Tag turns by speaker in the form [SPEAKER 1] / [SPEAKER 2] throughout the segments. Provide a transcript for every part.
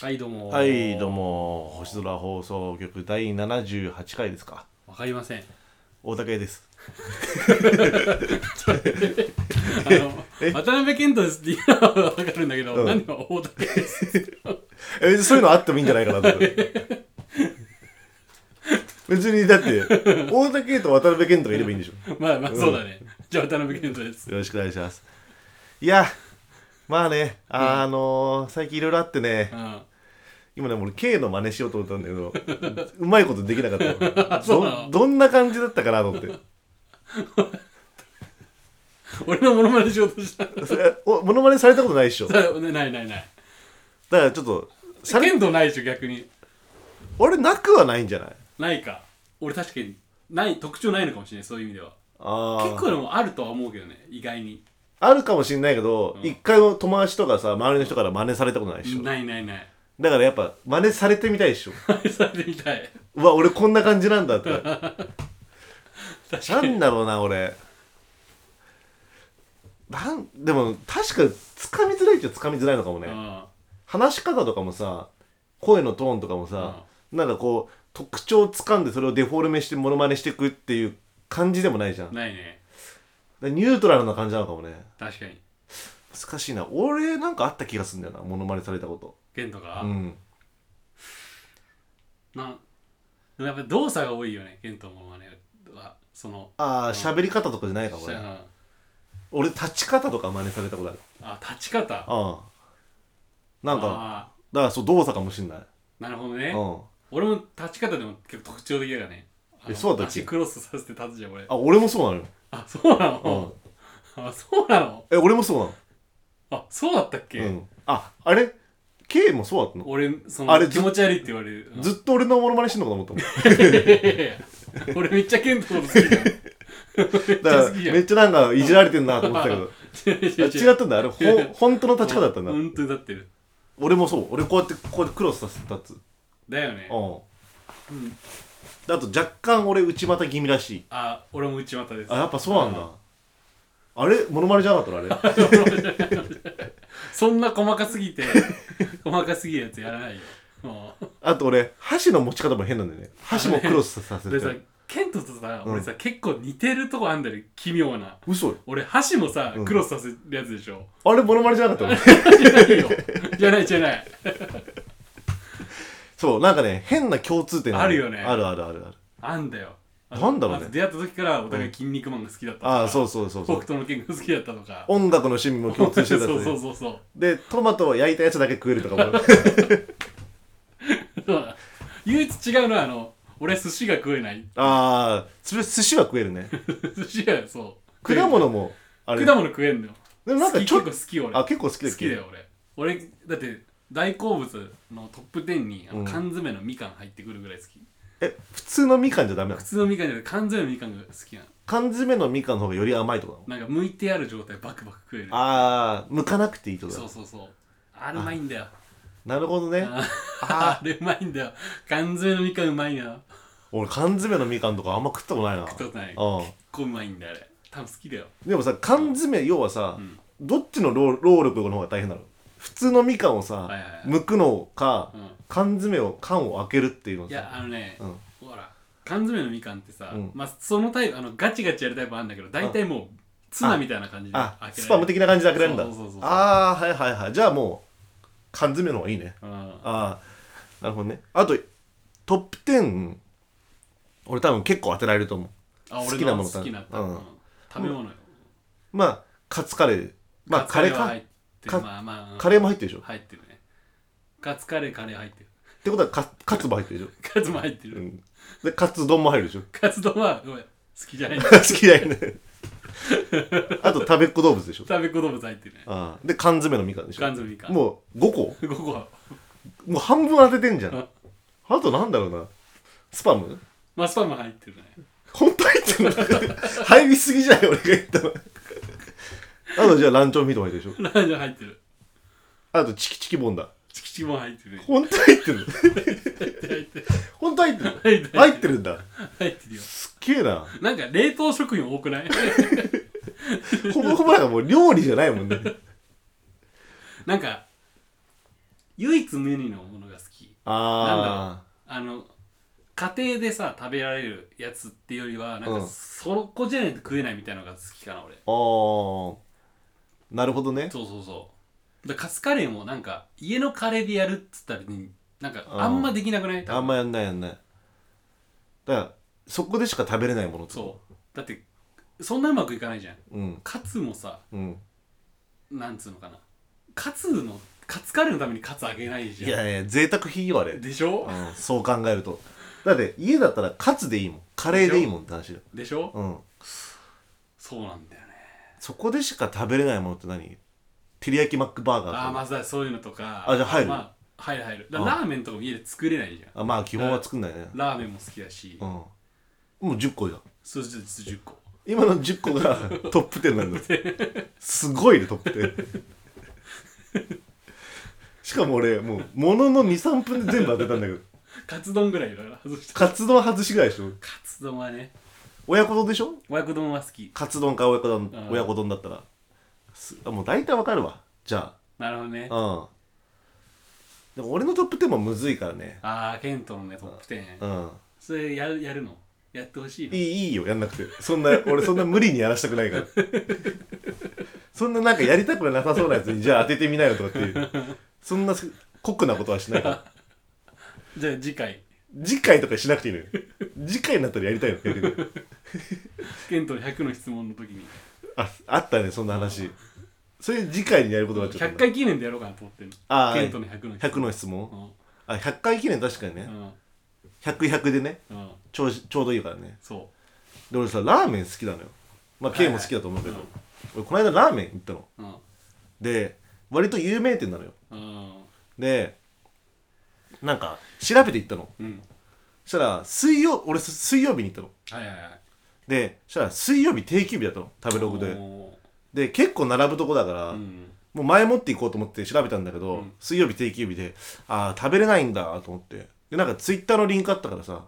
[SPEAKER 1] はいどうも
[SPEAKER 2] はいどうも星空放送局第78回ですか
[SPEAKER 1] わかりません
[SPEAKER 2] 大竹です
[SPEAKER 1] あの渡辺謙太ですって言うのはわかるんだけど、
[SPEAKER 2] うん
[SPEAKER 1] 何は大竹 です
[SPEAKER 2] え別にそういうのあってもいいんじゃないかなと思って 別にだって大竹と渡辺謙とかいればいいんでしょ
[SPEAKER 1] まあまあそうだね、じゃあ渡辺謙太です
[SPEAKER 2] よろしくお願いしますいやまあねあのー、最近いろいろあってね
[SPEAKER 1] うん
[SPEAKER 2] 今ね俺 K の真似しようと思ったんだけどうまいことできなかっ た
[SPEAKER 1] そうな
[SPEAKER 2] ど
[SPEAKER 1] の
[SPEAKER 2] どんな感じだったかなと思って
[SPEAKER 1] 俺のモノマネしようとした
[SPEAKER 2] それおモノマネされたことないでしょだか
[SPEAKER 1] さないないない
[SPEAKER 2] らちょっとされ
[SPEAKER 1] 謙太ないでしょ逆に
[SPEAKER 2] 俺なくはないんじゃない
[SPEAKER 1] ないか俺確かにない特徴ないのかもしれないそういう意味では
[SPEAKER 2] あー
[SPEAKER 1] 結構でもあるとは思うけどね意外に
[SPEAKER 2] あるかもしれないけど、
[SPEAKER 1] うん
[SPEAKER 2] 一回も友達とかさ周りの人から真似されたことないでしょ、
[SPEAKER 1] ないないない
[SPEAKER 2] だからやっぱ真似されてみたいでしょ
[SPEAKER 1] されてみたいう
[SPEAKER 2] わ俺こんな感じなんだって
[SPEAKER 1] 確か
[SPEAKER 2] な
[SPEAKER 1] に
[SPEAKER 2] んだろうな俺なんでも確かつかみづらいっちゃつかみづらいのかもね、
[SPEAKER 1] うん
[SPEAKER 2] 話し方とかもさ声のトーンとかもさ、なんかこう特徴をつかんでそれをデフォルメしてモノマネしていくっていう感じでもないじゃんだか
[SPEAKER 1] ないね
[SPEAKER 2] らニュートラルな感じなのかもね
[SPEAKER 1] 確かに
[SPEAKER 2] 難しいな俺なんかあった気がするんだよなモノマネされたこと
[SPEAKER 1] 剣とか、
[SPEAKER 2] うん
[SPEAKER 1] なんでもやっぱり動作が多いよね剣とモノマネはその
[SPEAKER 2] ああ喋り方とかじゃないか俺
[SPEAKER 1] うん
[SPEAKER 2] 俺立ち方とか真似されたことある
[SPEAKER 1] あ立ち方
[SPEAKER 2] ああなんか
[SPEAKER 1] あ
[SPEAKER 2] だからそう動作かもしんない
[SPEAKER 1] ーなるほどね
[SPEAKER 2] うん
[SPEAKER 1] 俺も立ち方でも結構特徴的だからねあの
[SPEAKER 2] えそうだったっけ
[SPEAKER 1] 足クロスさせて立つじゃん俺
[SPEAKER 2] あ俺もそうなのよ
[SPEAKER 1] あそうな
[SPEAKER 2] う
[SPEAKER 1] の
[SPEAKER 2] ん、
[SPEAKER 1] あそうなの
[SPEAKER 2] え俺もそうなの
[SPEAKER 1] あそうだったっけ、
[SPEAKER 2] うんああれ K もそうだったの
[SPEAKER 1] 俺そ
[SPEAKER 2] あ
[SPEAKER 1] の
[SPEAKER 2] れ
[SPEAKER 1] 気持ち悪いって言われるうん
[SPEAKER 2] ずっと俺のモノマネしてんのかと思 ったもん
[SPEAKER 1] 俺めっちゃ剣とのこと好きだめっちゃ
[SPEAKER 2] だ
[SPEAKER 1] 好
[SPEAKER 2] か
[SPEAKER 1] き
[SPEAKER 2] ら
[SPEAKER 1] じゃん
[SPEAKER 2] めっちゃなんかいじられてんなと思ってた けどあ
[SPEAKER 1] 違
[SPEAKER 2] 違ったんだあれほん本当の立ち方だったんだ
[SPEAKER 1] 本当に立ってる
[SPEAKER 2] 俺もそう俺こうやってこうやってクロスさせて立つ
[SPEAKER 1] だよね
[SPEAKER 2] うんであと若干俺内股気味らしい
[SPEAKER 1] あ俺も内股です
[SPEAKER 2] あやっぱそうなんだあれモノマネじゃなかったのあれ
[SPEAKER 1] そんな細かすぎて細かすぎるやつやらないよもう
[SPEAKER 2] あと俺箸の持ち方も変なんだ よね箸もクロスさせ
[SPEAKER 1] でさ
[SPEAKER 2] て
[SPEAKER 1] ケントとさ
[SPEAKER 2] うん
[SPEAKER 1] 俺さ、結構似てるとこあんだよね奇妙な
[SPEAKER 2] 嘘よ
[SPEAKER 1] 俺箸もさ、
[SPEAKER 2] うん
[SPEAKER 1] クロスさせるやつでし ょ
[SPEAKER 2] あれモノマネじゃなかっ たの
[SPEAKER 1] じゃないよじゃないじゃない
[SPEAKER 2] そうなんかね変な共通点が
[SPEAKER 1] あるよね
[SPEAKER 2] あるあるあるある
[SPEAKER 1] あんだよあ
[SPEAKER 2] なんだろうね
[SPEAKER 1] まず出会った時からお互い筋肉マンが好きだったとか、
[SPEAKER 2] ああそうそうそうそ
[SPEAKER 1] 北
[SPEAKER 2] う
[SPEAKER 1] 斗の剣が好きだったとか
[SPEAKER 2] 音楽の趣味も共通してた し
[SPEAKER 1] そうそうそうそう
[SPEAKER 2] でトマトを焼いたやつだけ食えるとか も
[SPEAKER 1] そうだ唯一違うのはあの俺寿司が食えない
[SPEAKER 2] ああそれ寿司は食え るね
[SPEAKER 1] 寿司がそう
[SPEAKER 2] 果物もあれ
[SPEAKER 1] 果物食えんのよ
[SPEAKER 2] でもなんかちょっ
[SPEAKER 1] 好
[SPEAKER 2] と
[SPEAKER 1] き結構好き俺
[SPEAKER 2] あ結構好きだ
[SPEAKER 1] 好
[SPEAKER 2] っ
[SPEAKER 1] きだ
[SPEAKER 2] け
[SPEAKER 1] よ俺俺だって大好物のトップ10にあ
[SPEAKER 2] う
[SPEAKER 1] の
[SPEAKER 2] ん
[SPEAKER 1] 缶詰のみかん入ってくるぐらい好き、
[SPEAKER 2] え普通のみかんじゃダメなの
[SPEAKER 1] 普通のみかんじゃなくて缶詰のみかんが好きなの
[SPEAKER 2] 缶詰のみかんの方がより甘いとかなの
[SPEAKER 1] なんか剥いてある状態バクバク食える
[SPEAKER 2] ああ剥かなくていいってこと
[SPEAKER 1] そ
[SPEAKER 2] か
[SPEAKER 1] うそうそうあれうまいんだよ
[SPEAKER 2] なるほどね
[SPEAKER 1] あ
[SPEAKER 2] あ
[SPEAKER 1] あれうまいんだよ缶詰のみかんうまいな
[SPEAKER 2] 俺缶詰のみかんとかあんま食ったことないな
[SPEAKER 1] 食ったことない結
[SPEAKER 2] うん
[SPEAKER 1] 構うまいんだよあれ多分好きだよ
[SPEAKER 2] でもさ缶詰要はさ、
[SPEAKER 1] ん
[SPEAKER 2] どっちの労労力の方が大変なの普通のみかんをさ、
[SPEAKER 1] はいはい
[SPEAKER 2] 剥くのか、
[SPEAKER 1] うん
[SPEAKER 2] 缶詰を缶を開けるっていうの
[SPEAKER 1] いや
[SPEAKER 2] さ
[SPEAKER 1] あのね、
[SPEAKER 2] うん
[SPEAKER 1] ほら缶詰のみかんってさ、
[SPEAKER 2] うん
[SPEAKER 1] まあそのタイプあのガチガチやるタイプあるんだけど大体もうツナみたいな感じで開けら
[SPEAKER 2] あ
[SPEAKER 1] れる
[SPEAKER 2] スパム的な感じで開けられるんだ
[SPEAKER 1] そうそうそうそう
[SPEAKER 2] ああはいはいはいじゃあもう缶詰の方がいいね
[SPEAKER 1] うん
[SPEAKER 2] ああなるほどねあとトップ10俺多分結構当てられると思う
[SPEAKER 1] あ俺
[SPEAKER 2] 好きなもの
[SPEAKER 1] 好きな
[SPEAKER 2] 食べうん
[SPEAKER 1] 食べ物よ
[SPEAKER 2] まあカツカレーまあカレー
[SPEAKER 1] は
[SPEAKER 2] か
[SPEAKER 1] 入って
[SPEAKER 2] か
[SPEAKER 1] るまあまあうん
[SPEAKER 2] カレーも入ってるでしょっ
[SPEAKER 1] 入ってるねカツカレーカレー入ってる
[SPEAKER 2] てことはカカツも入ってるでし
[SPEAKER 1] カツも入って
[SPEAKER 2] ょ、う
[SPEAKER 1] る
[SPEAKER 2] ん、でカツ丼も入るでしょ
[SPEAKER 1] カツ丼はごめん好きじゃ ないんだ
[SPEAKER 2] 好きだよねあと食べっ子動物で しょ
[SPEAKER 1] 食べ子動物入ってるね
[SPEAKER 2] ああで缶詰のみかんでしょ
[SPEAKER 1] 缶詰みかん
[SPEAKER 2] もう5個
[SPEAKER 1] ここは
[SPEAKER 2] もう半分当ててんじゃん
[SPEAKER 1] あ
[SPEAKER 2] あとなんだろうなスパム
[SPEAKER 1] まあスパム入ってるね
[SPEAKER 2] 本当入ってんの 入りすぎじゃない俺が言ったのあとじゃあランチョンミートも入ってるでしょ
[SPEAKER 1] ラーメン入ってる
[SPEAKER 2] あとチキチキボンだ
[SPEAKER 1] チキチキも入ってるね
[SPEAKER 2] 本当 入ってる
[SPEAKER 1] 入ってる
[SPEAKER 2] 本当入ってる
[SPEAKER 1] 入ってる
[SPEAKER 2] 入ってるんだ
[SPEAKER 1] 入ってるよ
[SPEAKER 2] すっげえな
[SPEAKER 1] なんか冷凍食品多くない
[SPEAKER 2] ほぼほぼなんかもう料理じゃないもんね
[SPEAKER 1] なんか唯一無二のものが好き
[SPEAKER 2] あ
[SPEAKER 1] あの家庭でさ食べられるやつっていうよりはなん
[SPEAKER 2] う
[SPEAKER 1] か
[SPEAKER 2] ん
[SPEAKER 1] そこじゃないと食えないみたいなのが好きかな俺
[SPEAKER 2] あーなるほどね
[SPEAKER 1] そうそうそうでカツカレーもなんか家のカレーでやるっつったらになんかあんまできなくない
[SPEAKER 2] あんまやんないやんないだからそこでしか食べれないものって
[SPEAKER 1] そうだってそんなうまくいかないじゃん
[SPEAKER 2] うん
[SPEAKER 1] カツもさ
[SPEAKER 2] うん
[SPEAKER 1] なんつうのかなカツのカツカレーのためにカツあげないじ
[SPEAKER 2] い
[SPEAKER 1] ゃん
[SPEAKER 2] やいや贅沢品よあれ、うん、
[SPEAKER 1] でしょ、
[SPEAKER 2] そう考えるとだって家だったらカツでいいもんカレーでいいもんって話だよ
[SPEAKER 1] でしょ、
[SPEAKER 2] うん
[SPEAKER 1] そうなんだよね
[SPEAKER 2] そこでしか食べれないものって何照り焼きマックバーガーと
[SPEAKER 1] ああーまずはそういうのとか
[SPEAKER 2] あじゃあ入る
[SPEAKER 1] まあ、入る入るだか
[SPEAKER 2] あ
[SPEAKER 1] らラーメンとかも家で作れないじゃ
[SPEAKER 2] あまあ基本は作んないね
[SPEAKER 1] んラーメンも好きだし、
[SPEAKER 2] うんもう10個じゃん
[SPEAKER 1] そうすると10個
[SPEAKER 2] 今の10 個がトップ10なんだすごいねトップ10しかも俺もうものの23分で全部当てたんだけど
[SPEAKER 1] カツ丼ぐらいだから外した
[SPEAKER 2] カツ丼外しぐらいでしょ
[SPEAKER 1] カツ丼はね
[SPEAKER 2] 親子丼でしょ
[SPEAKER 1] 親子丼は好き
[SPEAKER 2] カツ丼か親子丼
[SPEAKER 1] うん
[SPEAKER 2] 親子丼だったらすあもう大体わかるわじゃ
[SPEAKER 1] なるほどね
[SPEAKER 2] あうんでも俺のトップ10もむずいからね
[SPEAKER 1] ああケントのねトップ10
[SPEAKER 2] うん
[SPEAKER 1] それやるやるのやってほしい
[SPEAKER 2] い
[SPEAKER 1] の
[SPEAKER 2] いいいよやんなくてそん な俺そんな無理にやらしたくないからそんななんかやりたくなさそうなやつにじゃあ当ててみなよとかっていうそんな酷なことはしないから
[SPEAKER 1] じゃあ次回
[SPEAKER 2] 次回とかしなくていいのよ次回になったらやりたいのやりたいの
[SPEAKER 1] ケントの100の質問の時に
[SPEAKER 2] ああったねそんな話それ次回にやることになっちゃった
[SPEAKER 1] 100回記念でやろうかなと思ってる
[SPEAKER 2] あ
[SPEAKER 1] の
[SPEAKER 2] ー
[SPEAKER 1] ケントの100の質問
[SPEAKER 2] 100の質問あ100回記念確かに
[SPEAKER 1] う
[SPEAKER 2] ね
[SPEAKER 1] んうん
[SPEAKER 2] 100100でね
[SPEAKER 1] うん
[SPEAKER 2] ちょうちょうどいいからね
[SPEAKER 1] そ
[SPEAKER 2] で俺さラーメン好きなのよまあ
[SPEAKER 1] はい
[SPEAKER 2] K
[SPEAKER 1] はい
[SPEAKER 2] も好きだと思うけど、俺この間ラーメン行ったの
[SPEAKER 1] ううん
[SPEAKER 2] で割と有名店なのよ
[SPEAKER 1] うん
[SPEAKER 2] でなんか調べて行ったの
[SPEAKER 1] うん
[SPEAKER 2] そしたら水曜俺す水曜日に行ったの
[SPEAKER 1] はいはいはい
[SPEAKER 2] でそしたら水曜日定休日だったの食べログで
[SPEAKER 1] おー
[SPEAKER 2] で結構並ぶとこだから、
[SPEAKER 1] うん
[SPEAKER 2] もう前もって行こうと思って調べたんだけど、
[SPEAKER 1] うん
[SPEAKER 2] 水曜日定休日でああ食べれないんだと思ってでなんかツイッターのリンクあったからさ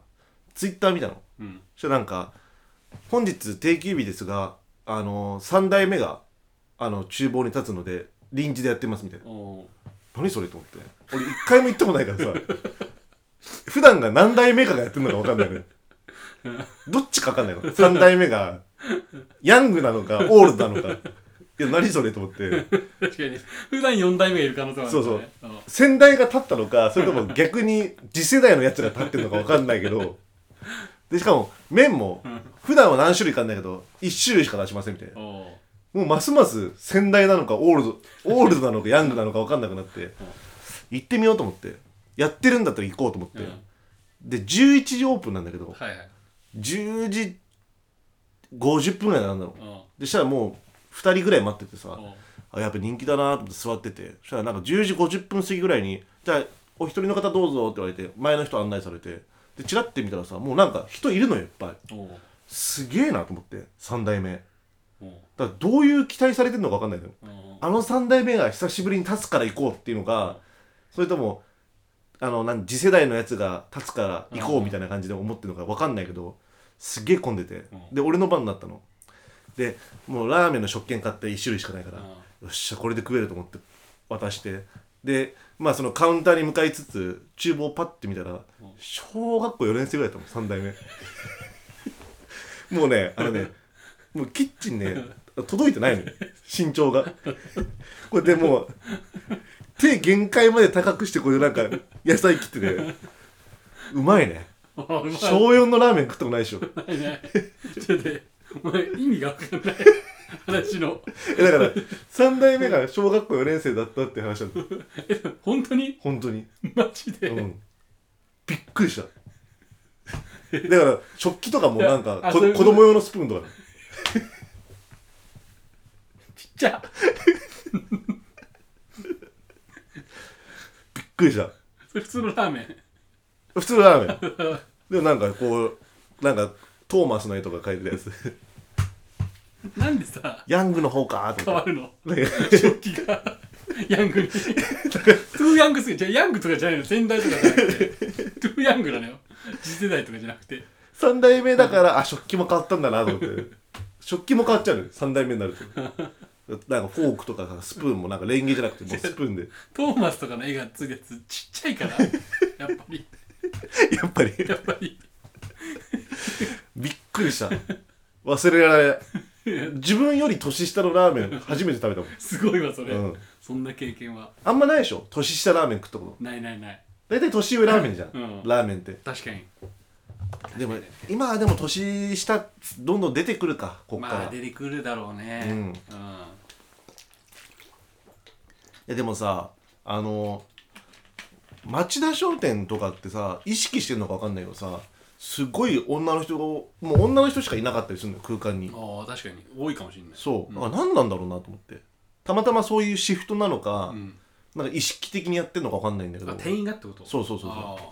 [SPEAKER 2] ツイッター見たの
[SPEAKER 1] うん
[SPEAKER 2] そしたらなんか「本日定休日ですがあの3代目があの厨房に立つので臨時でやってます」みたいな
[SPEAKER 1] おー
[SPEAKER 2] 何それと思って俺一回も行ったことないからさ 普段が何代目かがやってるのか分かんないけどどっちか分かんないから3代目がヤングなのかオールドなのかいや何それと思って
[SPEAKER 1] 確かに普段4代目がいる可能性はあるからね
[SPEAKER 2] 先代が立ったのかそれとも逆に次世代のやつが立ってるのか分かんないけどでしかも麺も
[SPEAKER 1] ん
[SPEAKER 2] 普段は何種類かあるんだけど1種類しか出しませんみたいな
[SPEAKER 1] うんおー
[SPEAKER 2] もうますます先代なのかオールドオールドなのかヤングなのか分かんなくなって行ってみようと思ってやってるんだったら行こうと思って、
[SPEAKER 1] うん
[SPEAKER 2] で11時オープンなんだけ
[SPEAKER 1] は
[SPEAKER 2] ど
[SPEAKER 1] いはい
[SPEAKER 2] 10時50分ぐらいなんだろう
[SPEAKER 1] うんお
[SPEAKER 2] でしたらもう2人ぐらい待っててさ
[SPEAKER 1] ー
[SPEAKER 2] あやっぱ人気だなと思って座っててそしたらなんか10時50分過ぎぐらいに「じゃあお一人の方どうぞ」って言われて前の人案内されてでチラッて見たらさもうなんか人いるのよいっぱい
[SPEAKER 1] おー
[SPEAKER 2] すげえなと思って3代目
[SPEAKER 1] おー
[SPEAKER 2] だからどういう期待されてるのか分かんないのよ
[SPEAKER 1] おー
[SPEAKER 2] あの3代目が久しぶりに立つから行こうっていうのか、それともあのなん次世代のやつが立つから行こうみたいな感じで思ってるのか分かんないけどすげえ混んでて、
[SPEAKER 1] うん
[SPEAKER 2] で俺の番になったのでもうラーメンの食券買って1種類しかないから、よっしゃこれで食えると思って渡してでまあそのカウンターに向かいつつ厨房パッて見たら、小学校4年生ぐらいだったもん3代目もうねあのねもうキッチンね届いてないのよ身長がこれでもう手限界まで高くしてこれなんか野菜切ってねうまいね
[SPEAKER 1] おーうまい
[SPEAKER 2] 小4のラーメン食ったことないでしょ
[SPEAKER 1] ないねちょっと待ってお前意味が分かん ない話の
[SPEAKER 2] えだから3代目が小学校4年生だったって話なんだ
[SPEAKER 1] 本当に
[SPEAKER 2] 本当に
[SPEAKER 1] マジで、
[SPEAKER 2] うんびっくりしただから食器とかもなん
[SPEAKER 1] い
[SPEAKER 2] か
[SPEAKER 1] やあ
[SPEAKER 2] こ
[SPEAKER 1] そういうこ
[SPEAKER 2] 子
[SPEAKER 1] と
[SPEAKER 2] 供用のスプーンとかね
[SPEAKER 1] ちっちゃ
[SPEAKER 2] びっくりした
[SPEAKER 1] それ普通のラーメン
[SPEAKER 2] 普通のラーメンでもなんかこうなんかトーマスの絵とか描いてるやつ
[SPEAKER 1] なんでさ
[SPEAKER 2] ヤングの方かーと
[SPEAKER 1] 変わ
[SPEAKER 2] か
[SPEAKER 1] る の
[SPEAKER 2] なんか
[SPEAKER 1] 食器がヤングにトゥーヤングすぎじゃあヤングとかじゃないの先代とかじゃなくてトゥーヤングなのよ次世代とかじゃなくて
[SPEAKER 2] 3代目だからあ食器も変わったんだなと思って食器も変わっちゃうのよ3代目になるとなんかフォークとかがスプーンもなんかレンゲじゃなくてもうスプーンで
[SPEAKER 1] トーマスとかの絵がついたやつちっちゃいからやっぱり
[SPEAKER 2] やっぱり
[SPEAKER 1] やっぱり
[SPEAKER 2] びっくりした忘れられない
[SPEAKER 1] いや
[SPEAKER 2] 自分より年下のラーメン初めて食べたもん
[SPEAKER 1] すごいわそれ、
[SPEAKER 2] うん
[SPEAKER 1] そんな経験は
[SPEAKER 2] あんまないでしょ年下ラーメン食ったこと
[SPEAKER 1] ないないない
[SPEAKER 2] 大体年上ラーメンじゃん、
[SPEAKER 1] うん
[SPEAKER 2] ラーメンって
[SPEAKER 1] 確かに
[SPEAKER 2] でも今はでも年下どんどん出てくるかこっから、
[SPEAKER 1] まあ出てくるだろうね
[SPEAKER 2] うん
[SPEAKER 1] うん
[SPEAKER 2] いやでもさあの町田商店とかってさ意識してるのか分かんないけどさすごい女の人がもう女の人しかいなかったりするのよ空間に
[SPEAKER 1] ああ確かに多いかもしれない
[SPEAKER 2] そう、
[SPEAKER 1] うん
[SPEAKER 2] だから何なんだろうなと思ってたまたまそういうシフトなのか、
[SPEAKER 1] うん
[SPEAKER 2] なんか意識的にやってんのか分かんないんだけど
[SPEAKER 1] あ店員がってこと
[SPEAKER 2] そうそうそうそう
[SPEAKER 1] あ
[SPEAKER 2] だか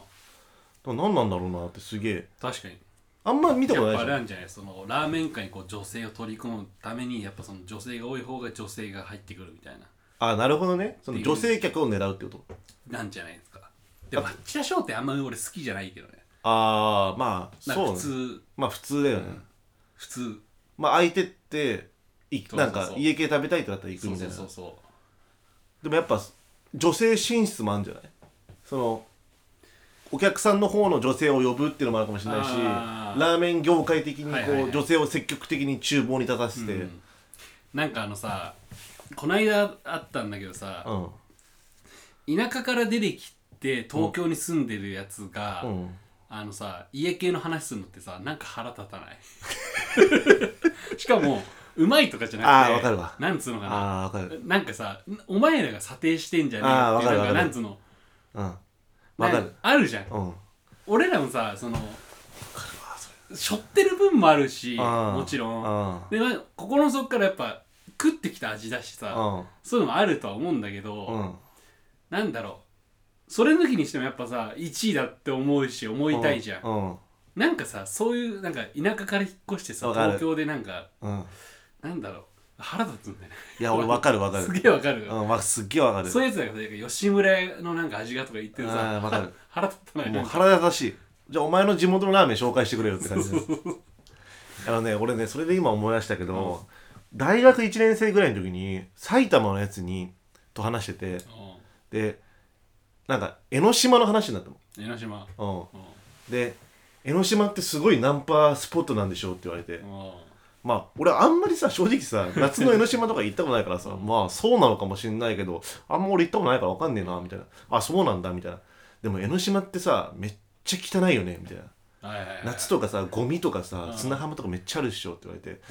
[SPEAKER 2] ら何なんだろうなってすげえ
[SPEAKER 1] あ確かに
[SPEAKER 2] あんま見たこ
[SPEAKER 1] やっ
[SPEAKER 2] とない
[SPEAKER 1] ぱあ
[SPEAKER 2] じゃん
[SPEAKER 1] れなんじゃないそのラーメン界にこう女性を取り込むためにやっぱその女性が多い方が女性が入ってくるみたいな
[SPEAKER 2] あなるほどねその女性客を狙うってこと
[SPEAKER 1] なんじゃないですかでも抹茶商店あんま俺好きじゃないけどね
[SPEAKER 2] ああまあ
[SPEAKER 1] なん
[SPEAKER 2] そ
[SPEAKER 1] か
[SPEAKER 2] う
[SPEAKER 1] 普
[SPEAKER 2] ね
[SPEAKER 1] 通、
[SPEAKER 2] まあ普通だよね、
[SPEAKER 1] 普通
[SPEAKER 2] まあ相手ってい
[SPEAKER 1] そうそうそう
[SPEAKER 2] なんか家系食べたいってなったら行く
[SPEAKER 1] そう
[SPEAKER 2] みた
[SPEAKER 1] そ
[SPEAKER 2] いうな
[SPEAKER 1] そうそう
[SPEAKER 2] でもやっぱ女性進出もあるんじゃないそのお客さんの方の女性を呼ぶっていうのもあるかもしれないし
[SPEAKER 1] あー
[SPEAKER 2] ラーメン業界的にこう、
[SPEAKER 1] はいはいはい
[SPEAKER 2] 女性を積極的に厨房に立たせて、う
[SPEAKER 1] うんんなんかあのさこないだあったんだけどさ、田舎から出てきて東京に住んでるやつが、
[SPEAKER 2] うん
[SPEAKER 1] あのさ家系の話するのってさなんか腹立たない しかもうまいとかじゃなくて
[SPEAKER 2] あーわかるわ
[SPEAKER 1] なんつうのかな
[SPEAKER 2] ああわかる
[SPEAKER 1] なんかさお前らが査定してんじゃねえ
[SPEAKER 2] あー
[SPEAKER 1] よ
[SPEAKER 2] わ
[SPEAKER 1] ってい
[SPEAKER 2] かる
[SPEAKER 1] うなん
[SPEAKER 2] わか
[SPEAKER 1] かな
[SPEAKER 2] る
[SPEAKER 1] んつうの
[SPEAKER 2] うんわか
[SPEAKER 1] な
[SPEAKER 2] る
[SPEAKER 1] あるじゃん
[SPEAKER 2] うん
[SPEAKER 1] 俺らもさそのしょってる分もあるし
[SPEAKER 2] あー
[SPEAKER 1] もちろん
[SPEAKER 2] あ
[SPEAKER 1] でまあ心の底からやっぱ食ってきた味だし
[SPEAKER 2] ー
[SPEAKER 1] さそういうのもあるとは思うんだけど、
[SPEAKER 2] うんうん
[SPEAKER 1] なんだろうそれ抜きにしてもやっぱさ1位だって思うし思いたいじゃん、
[SPEAKER 2] うん
[SPEAKER 1] なんかさそういうなんか田舎から引っ越してさ
[SPEAKER 2] わかる
[SPEAKER 1] 東京でなんか
[SPEAKER 2] うん
[SPEAKER 1] なんだろう腹立つんだよね
[SPEAKER 2] いや俺わかるわかる
[SPEAKER 1] すげえわかる、
[SPEAKER 2] うんわすっげえわかる
[SPEAKER 1] そういうやつだから吉村のなんか味がとか言ってる
[SPEAKER 2] あ
[SPEAKER 1] さ
[SPEAKER 2] ーわかる
[SPEAKER 1] 腹立たない
[SPEAKER 2] も
[SPEAKER 1] な
[SPEAKER 2] うん
[SPEAKER 1] か
[SPEAKER 2] 腹立たしいじゃあお前の地元のラーメン紹介してくれよって感じですあのね俺ねそれで今思い出したけど、大学1年生ぐらいの時に埼玉のやつにと話しててでなんか江ノ島の話になった
[SPEAKER 1] うん江ノ島
[SPEAKER 2] の、
[SPEAKER 1] うん
[SPEAKER 2] うん、で江ノ島ってすごいナンパスポットなんでしょうって言われて、
[SPEAKER 1] うん
[SPEAKER 2] まあ俺あんまりさ正直さ夏の江ノ島とか行ったことないからさまあそうなのかもしんないけどあんま俺行ったことないから分かんねえなみたいなあそうなんだみたいなでも江ノ島ってさめっちゃ汚いよねみたいな
[SPEAKER 1] はいはいはい
[SPEAKER 2] 夏とかさゴミとかさ
[SPEAKER 1] うん
[SPEAKER 2] 砂浜とかめっちゃあるっしょって言われて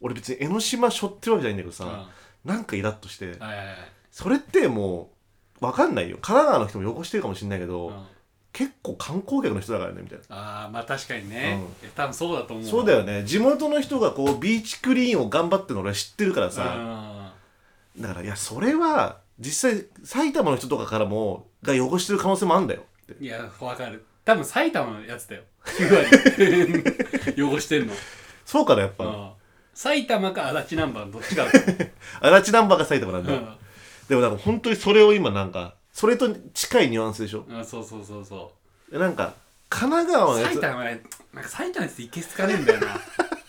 [SPEAKER 2] 俺別に江ノ島しょってるわけじゃないんだけど
[SPEAKER 1] うん
[SPEAKER 2] さなんかイラッとし
[SPEAKER 1] は
[SPEAKER 2] て
[SPEAKER 1] いはいはい
[SPEAKER 2] それってもう分かんないよ神奈川の人も汚してるかもしんない
[SPEAKER 1] う
[SPEAKER 2] け
[SPEAKER 1] ん
[SPEAKER 2] ど結構観光客の人だからねみたいな
[SPEAKER 1] ああまあ確かにねいや多分そうだと思う
[SPEAKER 2] そうだ
[SPEAKER 1] よ
[SPEAKER 2] よね地元の人がこうビーチクリーンを頑張ってるの俺は知ってるからさ
[SPEAKER 1] さ
[SPEAKER 2] だからいやそれは実際埼玉の人とかからもが汚してる可能性もあるんだよって
[SPEAKER 1] いやわかる多分埼玉のやつだよ9割 汚してんの
[SPEAKER 2] そうかなやっ
[SPEAKER 1] う
[SPEAKER 2] ぱ
[SPEAKER 1] ん埼玉か足立ナンバーのどっちかだ
[SPEAKER 2] 足立ナンバーが埼玉なんだよ
[SPEAKER 1] と
[SPEAKER 2] でもなんか本当にそれを今なんかそれと近いニュアンスでしょ
[SPEAKER 1] うんうんそうそうそうそ
[SPEAKER 2] なんか神奈川
[SPEAKER 1] う
[SPEAKER 2] のや
[SPEAKER 1] 埼
[SPEAKER 2] つ
[SPEAKER 1] 玉ねなんか埼玉のやついけすかねえんだよな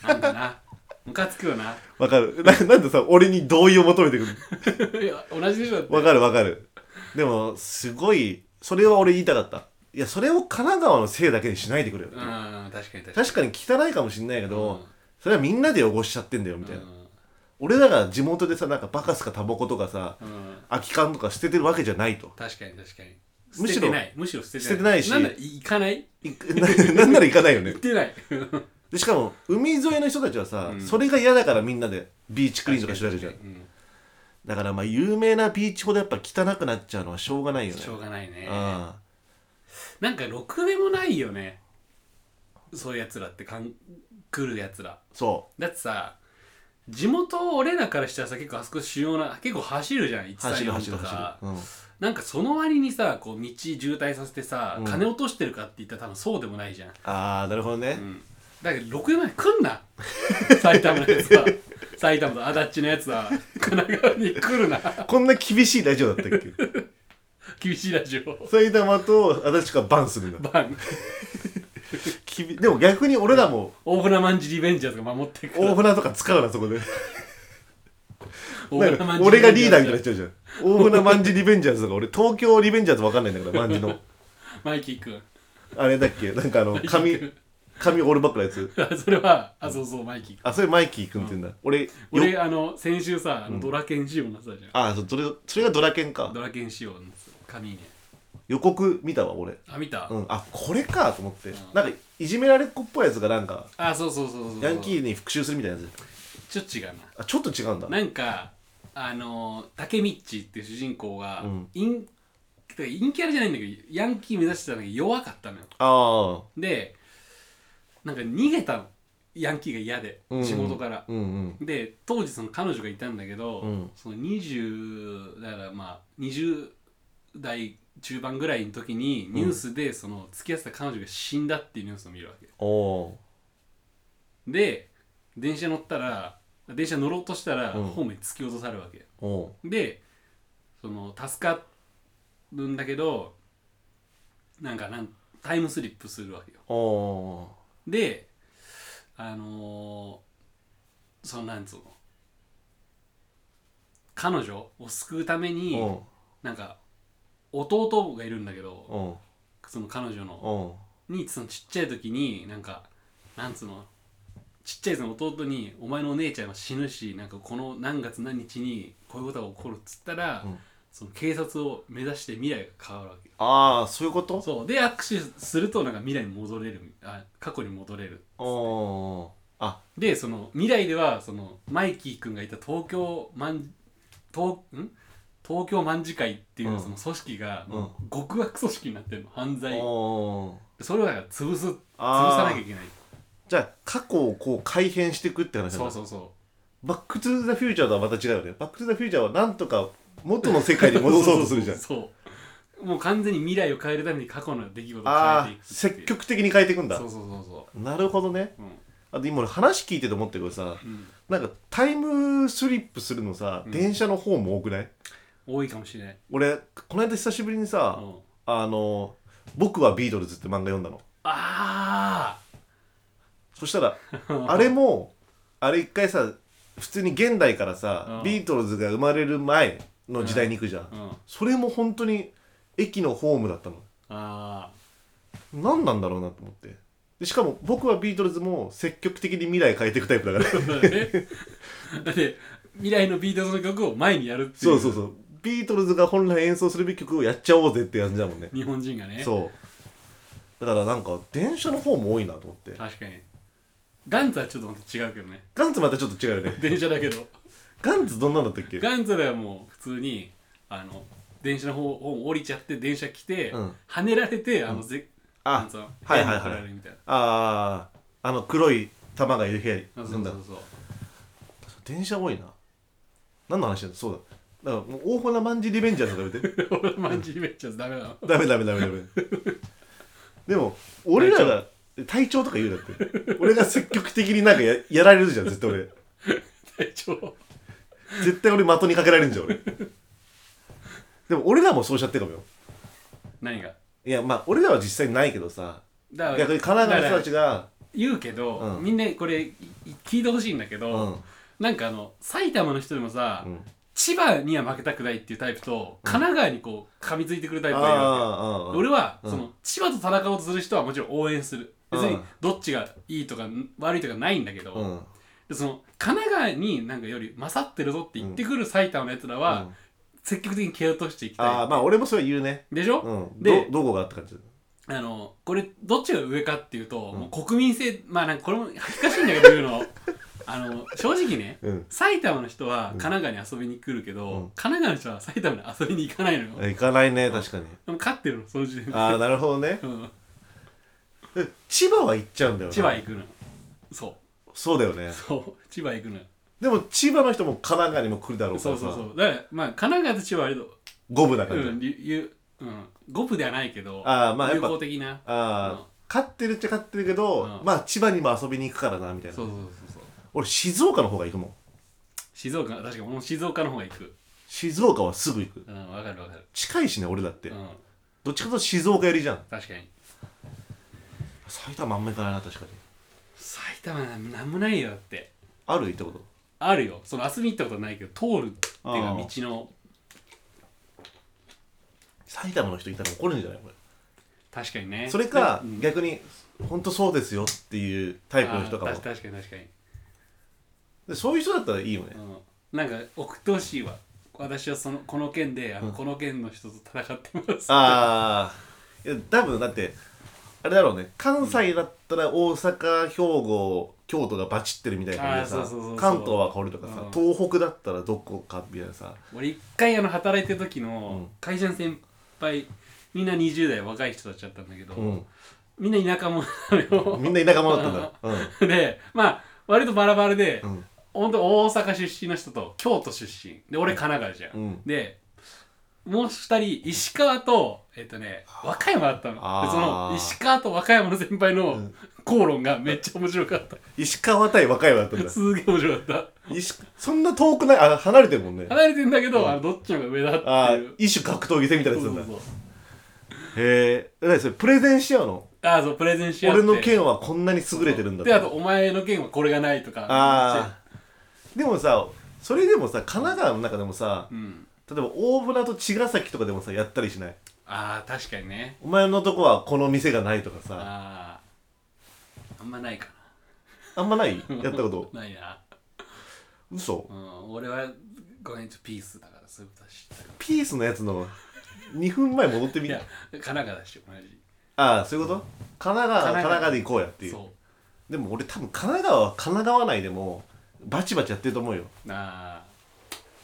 [SPEAKER 1] なんかなムカつくよな
[SPEAKER 2] わかる ななんでさ俺に同意を求めてく る
[SPEAKER 1] いや同じでしょだって
[SPEAKER 2] わかるわかるでもすごいそれは俺言いたかったいやそれを神奈川のせいだけにしないでくれよって
[SPEAKER 1] うん確かに確かに
[SPEAKER 2] 確かに汚いかもしんないけど、
[SPEAKER 1] うん
[SPEAKER 2] それはみんなで汚しちゃってんだよみたいな、俺らが地元でさなんかバカすかタバコとかさ
[SPEAKER 1] うんうん
[SPEAKER 2] 空き缶とか捨ててるわけじゃないと
[SPEAKER 1] 確かに確かに
[SPEAKER 2] むしろ
[SPEAKER 1] 捨ててないむしろ捨ててない
[SPEAKER 2] 捨て
[SPEAKER 1] な
[SPEAKER 2] てないし
[SPEAKER 1] んだ行かない
[SPEAKER 2] いなんな ら行かないよね
[SPEAKER 1] 行ってない
[SPEAKER 2] でしかも海沿いの人たちはさ、
[SPEAKER 1] うん
[SPEAKER 2] それが嫌だからみんなでビーチクリーンとかしてるわけじゃん
[SPEAKER 1] 確かに確か
[SPEAKER 2] だからまあ有名なビーチほどやっぱ汚くなっちゃうのはしょうがない
[SPEAKER 1] にう
[SPEAKER 2] よ
[SPEAKER 1] ん
[SPEAKER 2] ね
[SPEAKER 1] しょうがないね
[SPEAKER 2] あ
[SPEAKER 1] なんかろくでもないよねそういうやつらってかん来るやつら
[SPEAKER 2] そ
[SPEAKER 1] だってさ地元俺らからしたらさ結構あそこ主要な結構走るじゃん134
[SPEAKER 2] う走る
[SPEAKER 1] と
[SPEAKER 2] 走る走
[SPEAKER 1] か
[SPEAKER 2] る、うん、
[SPEAKER 1] なんかその割にさこう道渋滞させてさ、
[SPEAKER 2] うん
[SPEAKER 1] 金落としてるかって言ったら多分そうでもないじゃん、
[SPEAKER 2] ああなるほどね
[SPEAKER 1] う、ん、だけど6年前来んな 埼玉のやつは埼玉と足立のやつは神奈川に来るな
[SPEAKER 2] こんな厳しいラジオだったっ け
[SPEAKER 1] 厳しいラジオ
[SPEAKER 2] 埼玉と足立区はバンするんだ
[SPEAKER 1] バン
[SPEAKER 2] きびでも逆に俺らも
[SPEAKER 1] 大船マンジリベンジャーズが守ってくる
[SPEAKER 2] 大船とか使うなそこでなん
[SPEAKER 1] 大船まん
[SPEAKER 2] か
[SPEAKER 1] じ
[SPEAKER 2] 俺がリーダーみたいになっちゃうじゃん大船まんじリベンジャーズとか俺東京リベンジャーズわかんないんだからまんじの
[SPEAKER 1] マイキー君
[SPEAKER 2] あれだっけなんかあの髪髪オールバックのやつ
[SPEAKER 1] あ それはあそうそうマイキー君
[SPEAKER 2] あそれマイキー君って言うんだ俺よ
[SPEAKER 1] 俺あの先週さあのドラケン仕様になってたじゃ
[SPEAKER 2] あそうそれそれがドラケン
[SPEAKER 1] ん
[SPEAKER 2] か
[SPEAKER 1] ドラケン仕様なんですよ紙ね
[SPEAKER 2] 予告見たわ俺
[SPEAKER 1] あ見た
[SPEAKER 2] うんあこれかと思って
[SPEAKER 1] ん
[SPEAKER 2] なんかいじめられっ子っぽいやつがなんか
[SPEAKER 1] あそうそうそうそう
[SPEAKER 2] ヤンキーに復讐するみたいなや
[SPEAKER 1] ち
[SPEAKER 2] つ
[SPEAKER 1] ょっと違うな
[SPEAKER 2] あちょっと違うんだ
[SPEAKER 1] なんかあのタケミッチっていう主人公が、
[SPEAKER 2] うん
[SPEAKER 1] インてか陰キャラじゃないんだけどヤンキー目指してたんだけど弱かったのよ
[SPEAKER 2] ああ
[SPEAKER 1] でなんか逃げたのヤンキーが嫌で
[SPEAKER 2] うん
[SPEAKER 1] 地元から、
[SPEAKER 2] うんうん
[SPEAKER 1] で当時その彼女がいたんだけど、
[SPEAKER 2] うん
[SPEAKER 1] その20だからまあ20代中盤ぐらいの時にニュースでその付き合ってた彼女が死んだっていうニュースを見るわけ
[SPEAKER 2] おお
[SPEAKER 1] で電車乗ったら電車乗ろうとしたら
[SPEAKER 2] うん
[SPEAKER 1] ホームに突き落とされるわけ、
[SPEAKER 2] ーお
[SPEAKER 1] でその助かるんだけどなんかなんタイムスリップするわけよ
[SPEAKER 2] ーお
[SPEAKER 1] であのー、そのなんつうの彼女を救うため
[SPEAKER 2] ー
[SPEAKER 1] に
[SPEAKER 2] お
[SPEAKER 1] なんか弟がいるんだけ
[SPEAKER 2] ー
[SPEAKER 1] ど
[SPEAKER 2] お
[SPEAKER 1] その彼女
[SPEAKER 2] ー
[SPEAKER 1] の
[SPEAKER 2] お
[SPEAKER 1] にそのちっちゃい時になんかなんつうのちっちゃいその弟に「お前のお姉ちゃんは死ぬしなんかこの何月何日にこういうことが起こる」っつったら、
[SPEAKER 2] うん
[SPEAKER 1] その警察を目指して未来が変わるわけ
[SPEAKER 2] ああそういうこと
[SPEAKER 1] そうで握手するとなんか未来に戻れるあ過去に戻れる
[SPEAKER 2] おおーあ
[SPEAKER 1] でその未来ではそのマイキー君がいた東京まん東ん東京卍会っていううんその組織が
[SPEAKER 2] うん
[SPEAKER 1] 極悪組織になってるの犯罪
[SPEAKER 2] おー
[SPEAKER 1] それをだから潰す潰
[SPEAKER 2] あ
[SPEAKER 1] さ
[SPEAKER 2] ー
[SPEAKER 1] なきゃいけない
[SPEAKER 2] じゃあ過去をこう改変していくって話なんだ
[SPEAKER 1] そうそうそ
[SPEAKER 2] バック・トゥ・ザ・フューチャーとはまた違うよねバック・トゥ・ザ・フューチャーはなんとか元の世界に
[SPEAKER 1] う
[SPEAKER 2] 戻そうとするじゃん
[SPEAKER 1] そうもう完全に未来を変えるために過去の出来事を
[SPEAKER 2] あ
[SPEAKER 1] 変えてい
[SPEAKER 2] あ
[SPEAKER 1] くっていう
[SPEAKER 2] 積極的に変えていくんだ
[SPEAKER 1] そうそうそうそ
[SPEAKER 2] なるほどね
[SPEAKER 1] ううん
[SPEAKER 2] あと今俺話聞いてて思ったけどさ
[SPEAKER 1] うん
[SPEAKER 2] なんかタイムスリップするのさ、
[SPEAKER 1] うん
[SPEAKER 2] 電車の方も多くない
[SPEAKER 1] 多いかもしれない
[SPEAKER 2] 俺この間久しぶりに
[SPEAKER 1] う
[SPEAKER 2] さ「
[SPEAKER 1] ん
[SPEAKER 2] あの僕はビートルズ」って漫画読んだの
[SPEAKER 1] あ
[SPEAKER 2] そし たら
[SPEAKER 1] あ
[SPEAKER 2] あれもあれ一回さ普通に現代からさ、
[SPEAKER 1] うん
[SPEAKER 2] ビートルズが生まれる前の時代に行くじゃん、
[SPEAKER 1] うんあ
[SPEAKER 2] それも本当に駅のホームだったの
[SPEAKER 1] あ
[SPEAKER 2] 何なんだろうなと思ってでしかも僕はビートルズも積極的に未来変えていくタイプだ から
[SPEAKER 1] そうだねだって未来のビートルズの曲を前にやるってい
[SPEAKER 2] そううそうそうビートルズが本来演奏するべき曲をやっちゃおうぜって感じだもんね
[SPEAKER 1] 日本人がね
[SPEAKER 2] そうだからなんか電車の方も多いなと思って
[SPEAKER 1] 確かにガンツはちょっとまた違うけど ね
[SPEAKER 2] ガンツまたちょっと違うよね
[SPEAKER 1] 電車だけど
[SPEAKER 2] ガンツどんなんだったっけ
[SPEAKER 1] ガンツではもう普通にあの電車の方を降りちゃって電車来て、
[SPEAKER 2] うん
[SPEAKER 1] 跳ねられてあのぜ、
[SPEAKER 2] あ
[SPEAKER 1] なんつうの
[SPEAKER 2] はいはいは
[SPEAKER 1] 部屋
[SPEAKER 2] い
[SPEAKER 1] に送られるみたいな
[SPEAKER 2] あーあの黒い玉がいる部屋に
[SPEAKER 1] あそ
[SPEAKER 2] なん
[SPEAKER 1] う
[SPEAKER 2] だ
[SPEAKER 1] そうそう
[SPEAKER 2] 電車多いな何の話だそうだだからもう大船まんじリベンジャーズとか言って
[SPEAKER 1] そう俺マンジめっちゃダメだなの
[SPEAKER 2] ダメダメダメダメでも俺らが体調とか言うだって俺が積極的になんかややられるじゃん絶対俺
[SPEAKER 1] 体調
[SPEAKER 2] 絶対俺的にかけられるんじゃん俺でも俺らもそうしちゃってるかもよ
[SPEAKER 1] 何が
[SPEAKER 2] いやまあ俺らは実際ないけどさ
[SPEAKER 1] だから
[SPEAKER 2] 逆に神奈川の人たち
[SPEAKER 1] だから
[SPEAKER 2] が
[SPEAKER 1] 言うけど、
[SPEAKER 2] うん
[SPEAKER 1] みんなこれい聞いてほしいんだけ
[SPEAKER 2] う
[SPEAKER 1] ど、
[SPEAKER 2] ん
[SPEAKER 1] なんかあの埼玉の人でもさ、
[SPEAKER 2] うん
[SPEAKER 1] 千葉には負けたくないっていうタイプと神奈川にこう噛みついてくるタイプがいるわけ
[SPEAKER 2] あーあーあー
[SPEAKER 1] 俺は、
[SPEAKER 2] うん
[SPEAKER 1] その千葉と戦おうとする人はもちろん応援する別
[SPEAKER 2] う
[SPEAKER 1] に
[SPEAKER 2] ん
[SPEAKER 1] どっちがいいとか悪いとかないんだけど、
[SPEAKER 2] うん
[SPEAKER 1] でその神奈川になんかより勝ってるぞって言ってくる埼玉のやつら
[SPEAKER 2] う
[SPEAKER 1] は
[SPEAKER 2] ん
[SPEAKER 1] 積極的に蹴落としていき
[SPEAKER 2] あ
[SPEAKER 1] た
[SPEAKER 2] あまあ俺もそれは言うね
[SPEAKER 1] いでしょ、
[SPEAKER 2] うん
[SPEAKER 1] で
[SPEAKER 2] どどこがって感じ
[SPEAKER 1] あのこれどっちが上かっていうと、
[SPEAKER 2] ん
[SPEAKER 1] もう国民性まあなんかこれも恥ずかしいんだけど言うのあの正直ね
[SPEAKER 2] うん
[SPEAKER 1] 埼玉の人は神奈川に遊びに来るけど、
[SPEAKER 2] うん
[SPEAKER 1] 神奈川の人は埼玉に遊びに行かないのよ、で
[SPEAKER 2] 行かないね確かに
[SPEAKER 1] も勝ってるのその時点で、
[SPEAKER 2] ああなるほど ね
[SPEAKER 1] うん、
[SPEAKER 2] え千葉は行っちゃうんだよな
[SPEAKER 1] 千葉行くのそう
[SPEAKER 2] そうだよね
[SPEAKER 1] そう 千葉行くのよ
[SPEAKER 2] でも千葉の人も神奈川にも来るだろうか
[SPEAKER 1] そ
[SPEAKER 2] ら
[SPEAKER 1] う
[SPEAKER 2] さ
[SPEAKER 1] そうそうだからまあ神奈川と千葉は割と
[SPEAKER 2] 五分だから、
[SPEAKER 1] うんりゆうん五分ではないけど
[SPEAKER 2] あーまあやっ
[SPEAKER 1] 友
[SPEAKER 2] ぱ
[SPEAKER 1] 好的な
[SPEAKER 2] ああ勝ってるっちゃ勝ってるけど、
[SPEAKER 1] うん
[SPEAKER 2] まあ千葉にも遊びに行くからなみたいな
[SPEAKER 1] そうそうそうそう
[SPEAKER 2] 俺静岡の方が行くもん
[SPEAKER 1] 静岡確かに俺も静岡の方が行く
[SPEAKER 2] 静岡はすぐ行く
[SPEAKER 1] うんわかるわかる
[SPEAKER 2] 近いしね俺だって、
[SPEAKER 1] うん
[SPEAKER 2] どっちかというと静岡寄りじゃん
[SPEAKER 1] 確かに
[SPEAKER 2] 埼玉あんま行かないな確かに
[SPEAKER 1] 埼玉なんなんもないよだって
[SPEAKER 2] ある行ったこと
[SPEAKER 1] あるよその遊びに行ったことはないけど通るっていうか
[SPEAKER 2] あ
[SPEAKER 1] 道
[SPEAKER 2] ー
[SPEAKER 1] の
[SPEAKER 2] 埼玉の人いたら怒るんじゃないこ
[SPEAKER 1] 確かにね
[SPEAKER 2] れそれか
[SPEAKER 1] うん
[SPEAKER 2] 逆に本当そうですよっていうタイプの人か
[SPEAKER 1] あ
[SPEAKER 2] も
[SPEAKER 1] ーた確かに確かに、
[SPEAKER 2] でそういう人だったらいいよね
[SPEAKER 1] うん、なんか送ってほしいわ私はそのこの件であの、この件の人と戦ってます
[SPEAKER 2] ああいや多分だってあれだろうね関西だったら大阪兵庫京都がバチってるみたいな感じ
[SPEAKER 1] あ
[SPEAKER 2] で
[SPEAKER 1] ーそうそうそうそ
[SPEAKER 2] さ
[SPEAKER 1] う
[SPEAKER 2] 関東はこれとかさ、
[SPEAKER 1] うん
[SPEAKER 2] 東北だったらどこかみたいなさ
[SPEAKER 1] 俺一回あの働いてる時
[SPEAKER 2] うん
[SPEAKER 1] の会社の先輩みんな20代若い人たちだったんだけど、
[SPEAKER 2] うん
[SPEAKER 1] みんな田舎者なのよ
[SPEAKER 2] みんな田舎者だったんだうん
[SPEAKER 1] で まあ割とバラバラで、
[SPEAKER 2] うん
[SPEAKER 1] 本当大阪出身の人と京都出身で俺神奈川じゃん、
[SPEAKER 2] うん
[SPEAKER 1] でもう二人石川とえっとね和歌山だったの
[SPEAKER 2] あー
[SPEAKER 1] でその石川と和歌山の先輩の
[SPEAKER 2] ん
[SPEAKER 1] 口論がめっちゃ面白かった、
[SPEAKER 2] 石川対和歌山だったんだ
[SPEAKER 1] すげえ面白かっ
[SPEAKER 2] 石そんな遠くないあ離れてるもんね
[SPEAKER 1] た離れてんだけど、あのどっちの方が上だ
[SPEAKER 2] あ
[SPEAKER 1] ってい
[SPEAKER 2] ー
[SPEAKER 1] う
[SPEAKER 2] 異種格闘技戦みたいなやつ
[SPEAKER 1] そう
[SPEAKER 2] なん
[SPEAKER 1] そ
[SPEAKER 2] だ
[SPEAKER 1] うそう
[SPEAKER 2] へえそれプレゼンし合うの
[SPEAKER 1] ああそうプレゼンし合って
[SPEAKER 2] 俺の剣はこんなに優れてるんだ
[SPEAKER 1] であとお前の剣はこれがないとか
[SPEAKER 2] ああでもさそれでもさ神奈川の中でもさ
[SPEAKER 1] うん
[SPEAKER 2] 例えば大船と茅ヶ崎とかでもさやったりしない
[SPEAKER 1] ああ確かにね
[SPEAKER 2] お前のとこはこの店がないとかさ
[SPEAKER 1] あああんまないか
[SPEAKER 2] あんま ない
[SPEAKER 1] な
[SPEAKER 2] やったこと
[SPEAKER 1] ないな
[SPEAKER 2] 嘘
[SPEAKER 1] うん俺はごめんちょピースだからそういうことは知ったか
[SPEAKER 2] ピースのやつの2分前戻って
[SPEAKER 1] ら
[SPEAKER 2] み
[SPEAKER 1] いや
[SPEAKER 2] た
[SPEAKER 1] 神奈川だし同じ
[SPEAKER 2] ああそういうこと神奈川神
[SPEAKER 1] 神奈川
[SPEAKER 2] 奈川で行こうやっていう
[SPEAKER 1] そ
[SPEAKER 2] でも俺多分神奈川は神奈川内でもバチバチやってると思うよ
[SPEAKER 1] うなあ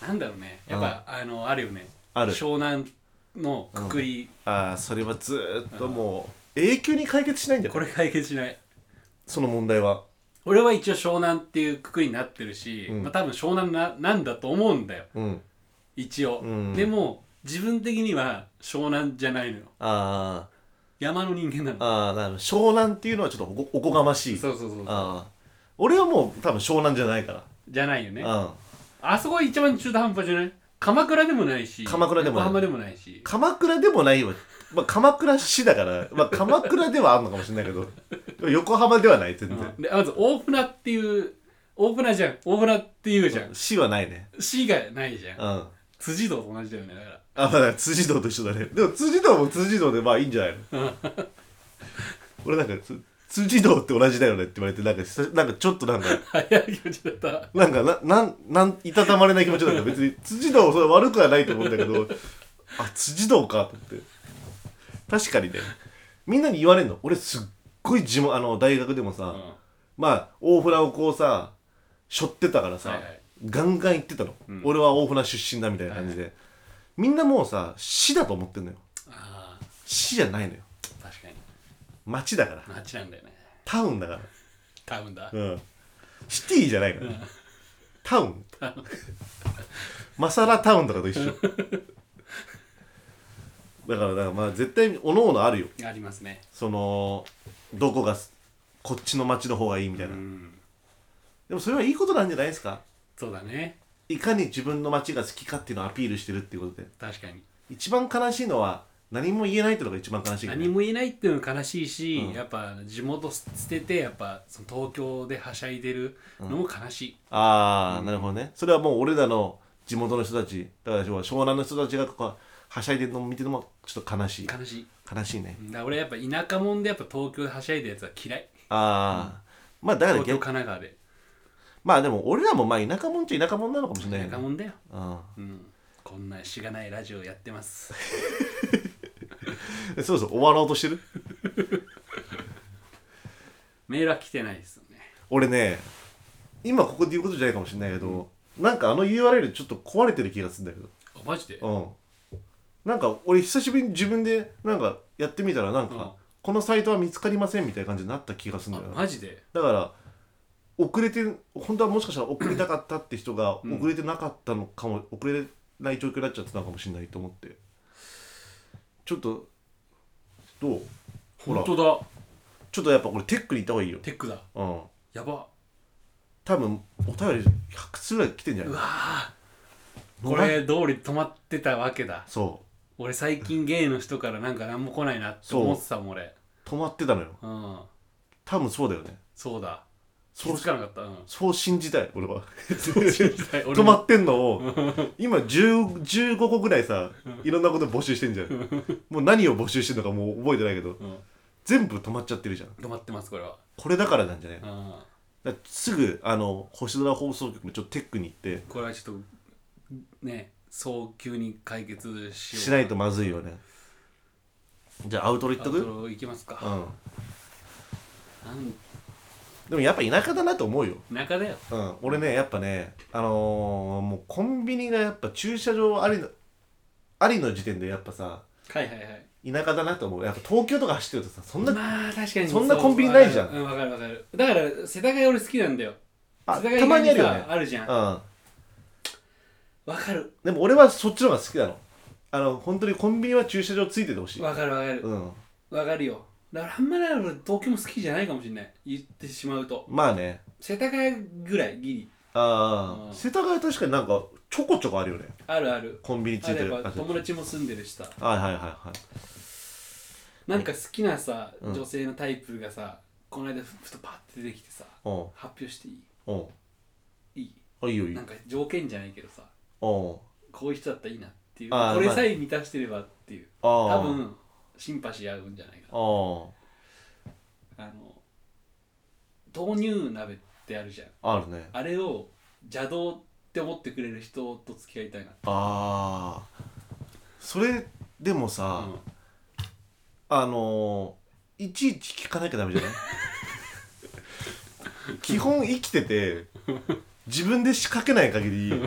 [SPEAKER 1] なんだろうねやっぱあのあるよね
[SPEAKER 2] ある
[SPEAKER 1] 湘南のくくり、
[SPEAKER 2] ああそれはずーっともう永久に解決しないんだよ
[SPEAKER 1] これ解決しない
[SPEAKER 2] その問題は
[SPEAKER 1] 俺は一応湘南っていうくくりになってるし、
[SPEAKER 2] うん
[SPEAKER 1] まあ、多分湘南ななんだと思うんだよ
[SPEAKER 2] うん
[SPEAKER 1] 一応、
[SPEAKER 2] うん
[SPEAKER 1] でも自分的には湘南じゃないのよ
[SPEAKER 2] あ
[SPEAKER 1] 山の人間な
[SPEAKER 2] あ
[SPEAKER 1] の
[SPEAKER 2] ああなるほど湘南っていうのはちょっとおこおこがましい
[SPEAKER 1] そうそうそう
[SPEAKER 2] ああ俺はもう多分湘南じゃないから
[SPEAKER 1] じゃないよねあ
[SPEAKER 2] うん
[SPEAKER 1] そこは一番中途半端じゃない鎌倉でもないし
[SPEAKER 2] 鎌倉でもない
[SPEAKER 1] 横浜でもないし
[SPEAKER 2] 鎌倉でもないわ、まあ、鎌倉市だから、まあ、鎌倉ではあるのかもしれないけどでも横浜ではない全然、
[SPEAKER 1] うんでまず大船っていう大船じゃん大船っていうじゃん
[SPEAKER 2] 市はないね
[SPEAKER 1] 市がないじゃ
[SPEAKER 2] うんんあ
[SPEAKER 1] 辻堂と同じだよねだか
[SPEAKER 2] まあだから辻堂と一緒だねでも辻堂も辻堂でまあいいんじゃないの 俺なんかつ辻堂って同じだよねって言われてなんかさなんかちょっとなんから
[SPEAKER 1] 早い気持ちだった
[SPEAKER 2] なんかななんなんいたたまれない気持ちだった別に辻堂それ悪くはないと思うんだけどあ辻堂かと思って確かにねみんなに言われるの俺すっごい地元あの大学でもさ、
[SPEAKER 1] うん
[SPEAKER 2] まあ大船をこうさ背負ってたからさ、
[SPEAKER 1] はいはい
[SPEAKER 2] ガンガン行ってたの、
[SPEAKER 1] うん
[SPEAKER 2] 俺は大船出身だみたいな感じで、みんなもうさ市だと思ってんのよ
[SPEAKER 1] あ
[SPEAKER 2] 市じゃないのよ
[SPEAKER 1] ー確かに
[SPEAKER 2] 町だから
[SPEAKER 1] 街なんだよね
[SPEAKER 2] タウンだか
[SPEAKER 1] 多分だ
[SPEAKER 2] ら、うん、シティじゃないから、タウンマサラタウンとかと一緒だからだからまあ絶対おのおのあるよ
[SPEAKER 1] ありますね
[SPEAKER 2] そのどこがすこっちの町の方がいいみたいうな、
[SPEAKER 1] ん
[SPEAKER 2] でもそれはいいことなんじゃないですか
[SPEAKER 1] そうだね
[SPEAKER 2] いかに自分の街が好きかっていうのをアピールしてるっていうことで
[SPEAKER 1] 確かに
[SPEAKER 2] 一番悲しいのは何も言えないってのが一番悲しいけどね
[SPEAKER 1] 何も言えないっていうの悲しいし、
[SPEAKER 2] うん
[SPEAKER 1] やっぱ地元捨ててやっぱその東京ではしゃいでるのも悲しい、
[SPEAKER 2] ああ、なるほどねそれはもう俺らの地元の人たちだから要は湘南の人たちがここはしゃいでるのを見てるのもちょっと悲しい
[SPEAKER 1] 悲しい
[SPEAKER 2] 悲しいね
[SPEAKER 1] だから俺やっぱ田舎者でやっぱ東京ではしゃいでるやつは嫌い
[SPEAKER 2] ああ、まあだから
[SPEAKER 1] 東京
[SPEAKER 2] 逆
[SPEAKER 1] 神奈川で
[SPEAKER 2] まあでも俺らもまあ田舎もんっちゃ田舎もんなのかもしれないよ
[SPEAKER 1] 田舎
[SPEAKER 2] ね
[SPEAKER 1] 者だよ、
[SPEAKER 2] うん
[SPEAKER 1] うん、こんなしがないラジオやってます
[SPEAKER 2] えそうそう終わろうとしてる
[SPEAKER 1] メールは来てないですよね
[SPEAKER 2] 俺ね今ここで言うことじゃないかもしれないけど、なんかあの URL ちょっと壊れてる気がするんだけ
[SPEAKER 1] あマジで
[SPEAKER 2] どうんなんか俺久しぶりに自分でなんかやってみたらなんか、
[SPEAKER 1] うん
[SPEAKER 2] このサイトは見つかりませんみたいな感じになった気がするんだよ
[SPEAKER 1] あ
[SPEAKER 2] な
[SPEAKER 1] マジで
[SPEAKER 2] だから遅れて本当はもしかしたら遅れたかったって人が
[SPEAKER 1] うん
[SPEAKER 2] 遅れてなかったのかも、遅れない状況になっちゃってたのかもしれないと思ってちょっとどうほら
[SPEAKER 1] 本当だ
[SPEAKER 2] ちょっとやっぱこれテックに行った方がいいよ、
[SPEAKER 1] テックだ
[SPEAKER 2] うん、
[SPEAKER 1] やば
[SPEAKER 2] 多分お便り100通ぐらい来てんじゃな
[SPEAKER 1] う
[SPEAKER 2] い
[SPEAKER 1] わー
[SPEAKER 2] の
[SPEAKER 1] これ通り止まってたわけだ
[SPEAKER 2] そう
[SPEAKER 1] 俺最近ゲイの人からなんか何も来ないなって思ってたもん俺
[SPEAKER 2] 止まってたのよ
[SPEAKER 1] うん
[SPEAKER 2] 多分そうだよね
[SPEAKER 1] そうだ気づかなかった、うん、
[SPEAKER 2] そう信じたい俺は
[SPEAKER 1] 止
[SPEAKER 2] 止まってんのを今10 15個ぐらいさいろんなこと募集して んじゃんもう何を募集してんのかもう覚えてないけど
[SPEAKER 1] うん、
[SPEAKER 2] 全部止まっちゃってるじゃん
[SPEAKER 1] 止まってますこれは、
[SPEAKER 2] これだからなんじゃないだか
[SPEAKER 1] うん、
[SPEAKER 2] らすぐあの星空放送局のちょっとテックに行って
[SPEAKER 1] これはちょっとね早急に解決しよう
[SPEAKER 2] しないとまずいよねじゃあアウトロ行っと
[SPEAKER 1] アウト
[SPEAKER 2] く
[SPEAKER 1] ロ行きますか、
[SPEAKER 2] うん
[SPEAKER 1] なん
[SPEAKER 2] でもやっぱ田舎だなと思うよ
[SPEAKER 1] 中だよ
[SPEAKER 2] うん、俺ねやっぱねあのー、もうコンビニがやっぱ駐車場ありのありの時点でやっぱさ
[SPEAKER 1] はいはいはい
[SPEAKER 2] 田舎だなと思うやっぱ東京とか走ってるとさそんな、
[SPEAKER 1] まあ確かに
[SPEAKER 2] そんなコンビニないじゃん
[SPEAKER 1] うわかるわかるだから世田谷俺好きなんだよ
[SPEAKER 2] あ
[SPEAKER 1] 世田谷
[SPEAKER 2] たまにあるよ
[SPEAKER 1] さ
[SPEAKER 2] ね
[SPEAKER 1] あるじゃん
[SPEAKER 2] うん
[SPEAKER 1] わかる
[SPEAKER 2] でも俺はそっちの方が好きなのあの本当にコンビニは駐車場ついててほしい
[SPEAKER 1] わかるわかる
[SPEAKER 2] うん
[SPEAKER 1] わかるよだからあんまり俺東京も好きじゃないかもしれない言ってしまうと
[SPEAKER 2] まあね
[SPEAKER 1] 世田谷ぐらいギリ
[SPEAKER 2] あ
[SPEAKER 1] うん
[SPEAKER 2] あ世田谷確かになんかちょこちょこあるよね
[SPEAKER 1] あるある
[SPEAKER 2] コンビニつ
[SPEAKER 1] あ
[SPEAKER 2] いて
[SPEAKER 1] れ
[SPEAKER 2] る
[SPEAKER 1] やっぱ
[SPEAKER 2] あ
[SPEAKER 1] 友達も住んでるしさ
[SPEAKER 2] はいはいはいはい
[SPEAKER 1] なんか好きなさ
[SPEAKER 2] うん
[SPEAKER 1] 女性のタイプがさこの間ふとパッて出てきてさ
[SPEAKER 2] お
[SPEAKER 1] 発表していい
[SPEAKER 2] うんうん
[SPEAKER 1] いい
[SPEAKER 2] あいいよいい
[SPEAKER 1] な
[SPEAKER 2] よ
[SPEAKER 1] んか条件じゃないけどさ
[SPEAKER 2] おうん
[SPEAKER 1] こういう人だったらいいなっていう
[SPEAKER 2] あー
[SPEAKER 1] これさえ満たしてればっていう
[SPEAKER 2] ああ
[SPEAKER 1] 多分シンパシー合うんじゃないかなあの豆乳鍋ってあるじゃん
[SPEAKER 2] あああるね
[SPEAKER 1] あれを邪道って思ってくれる人と付き合いたいな
[SPEAKER 2] ああそれでもさ、
[SPEAKER 1] うん
[SPEAKER 2] あのー、いちいち聞かなきゃダメじゃない基本生きてて自分で仕掛けない限りいや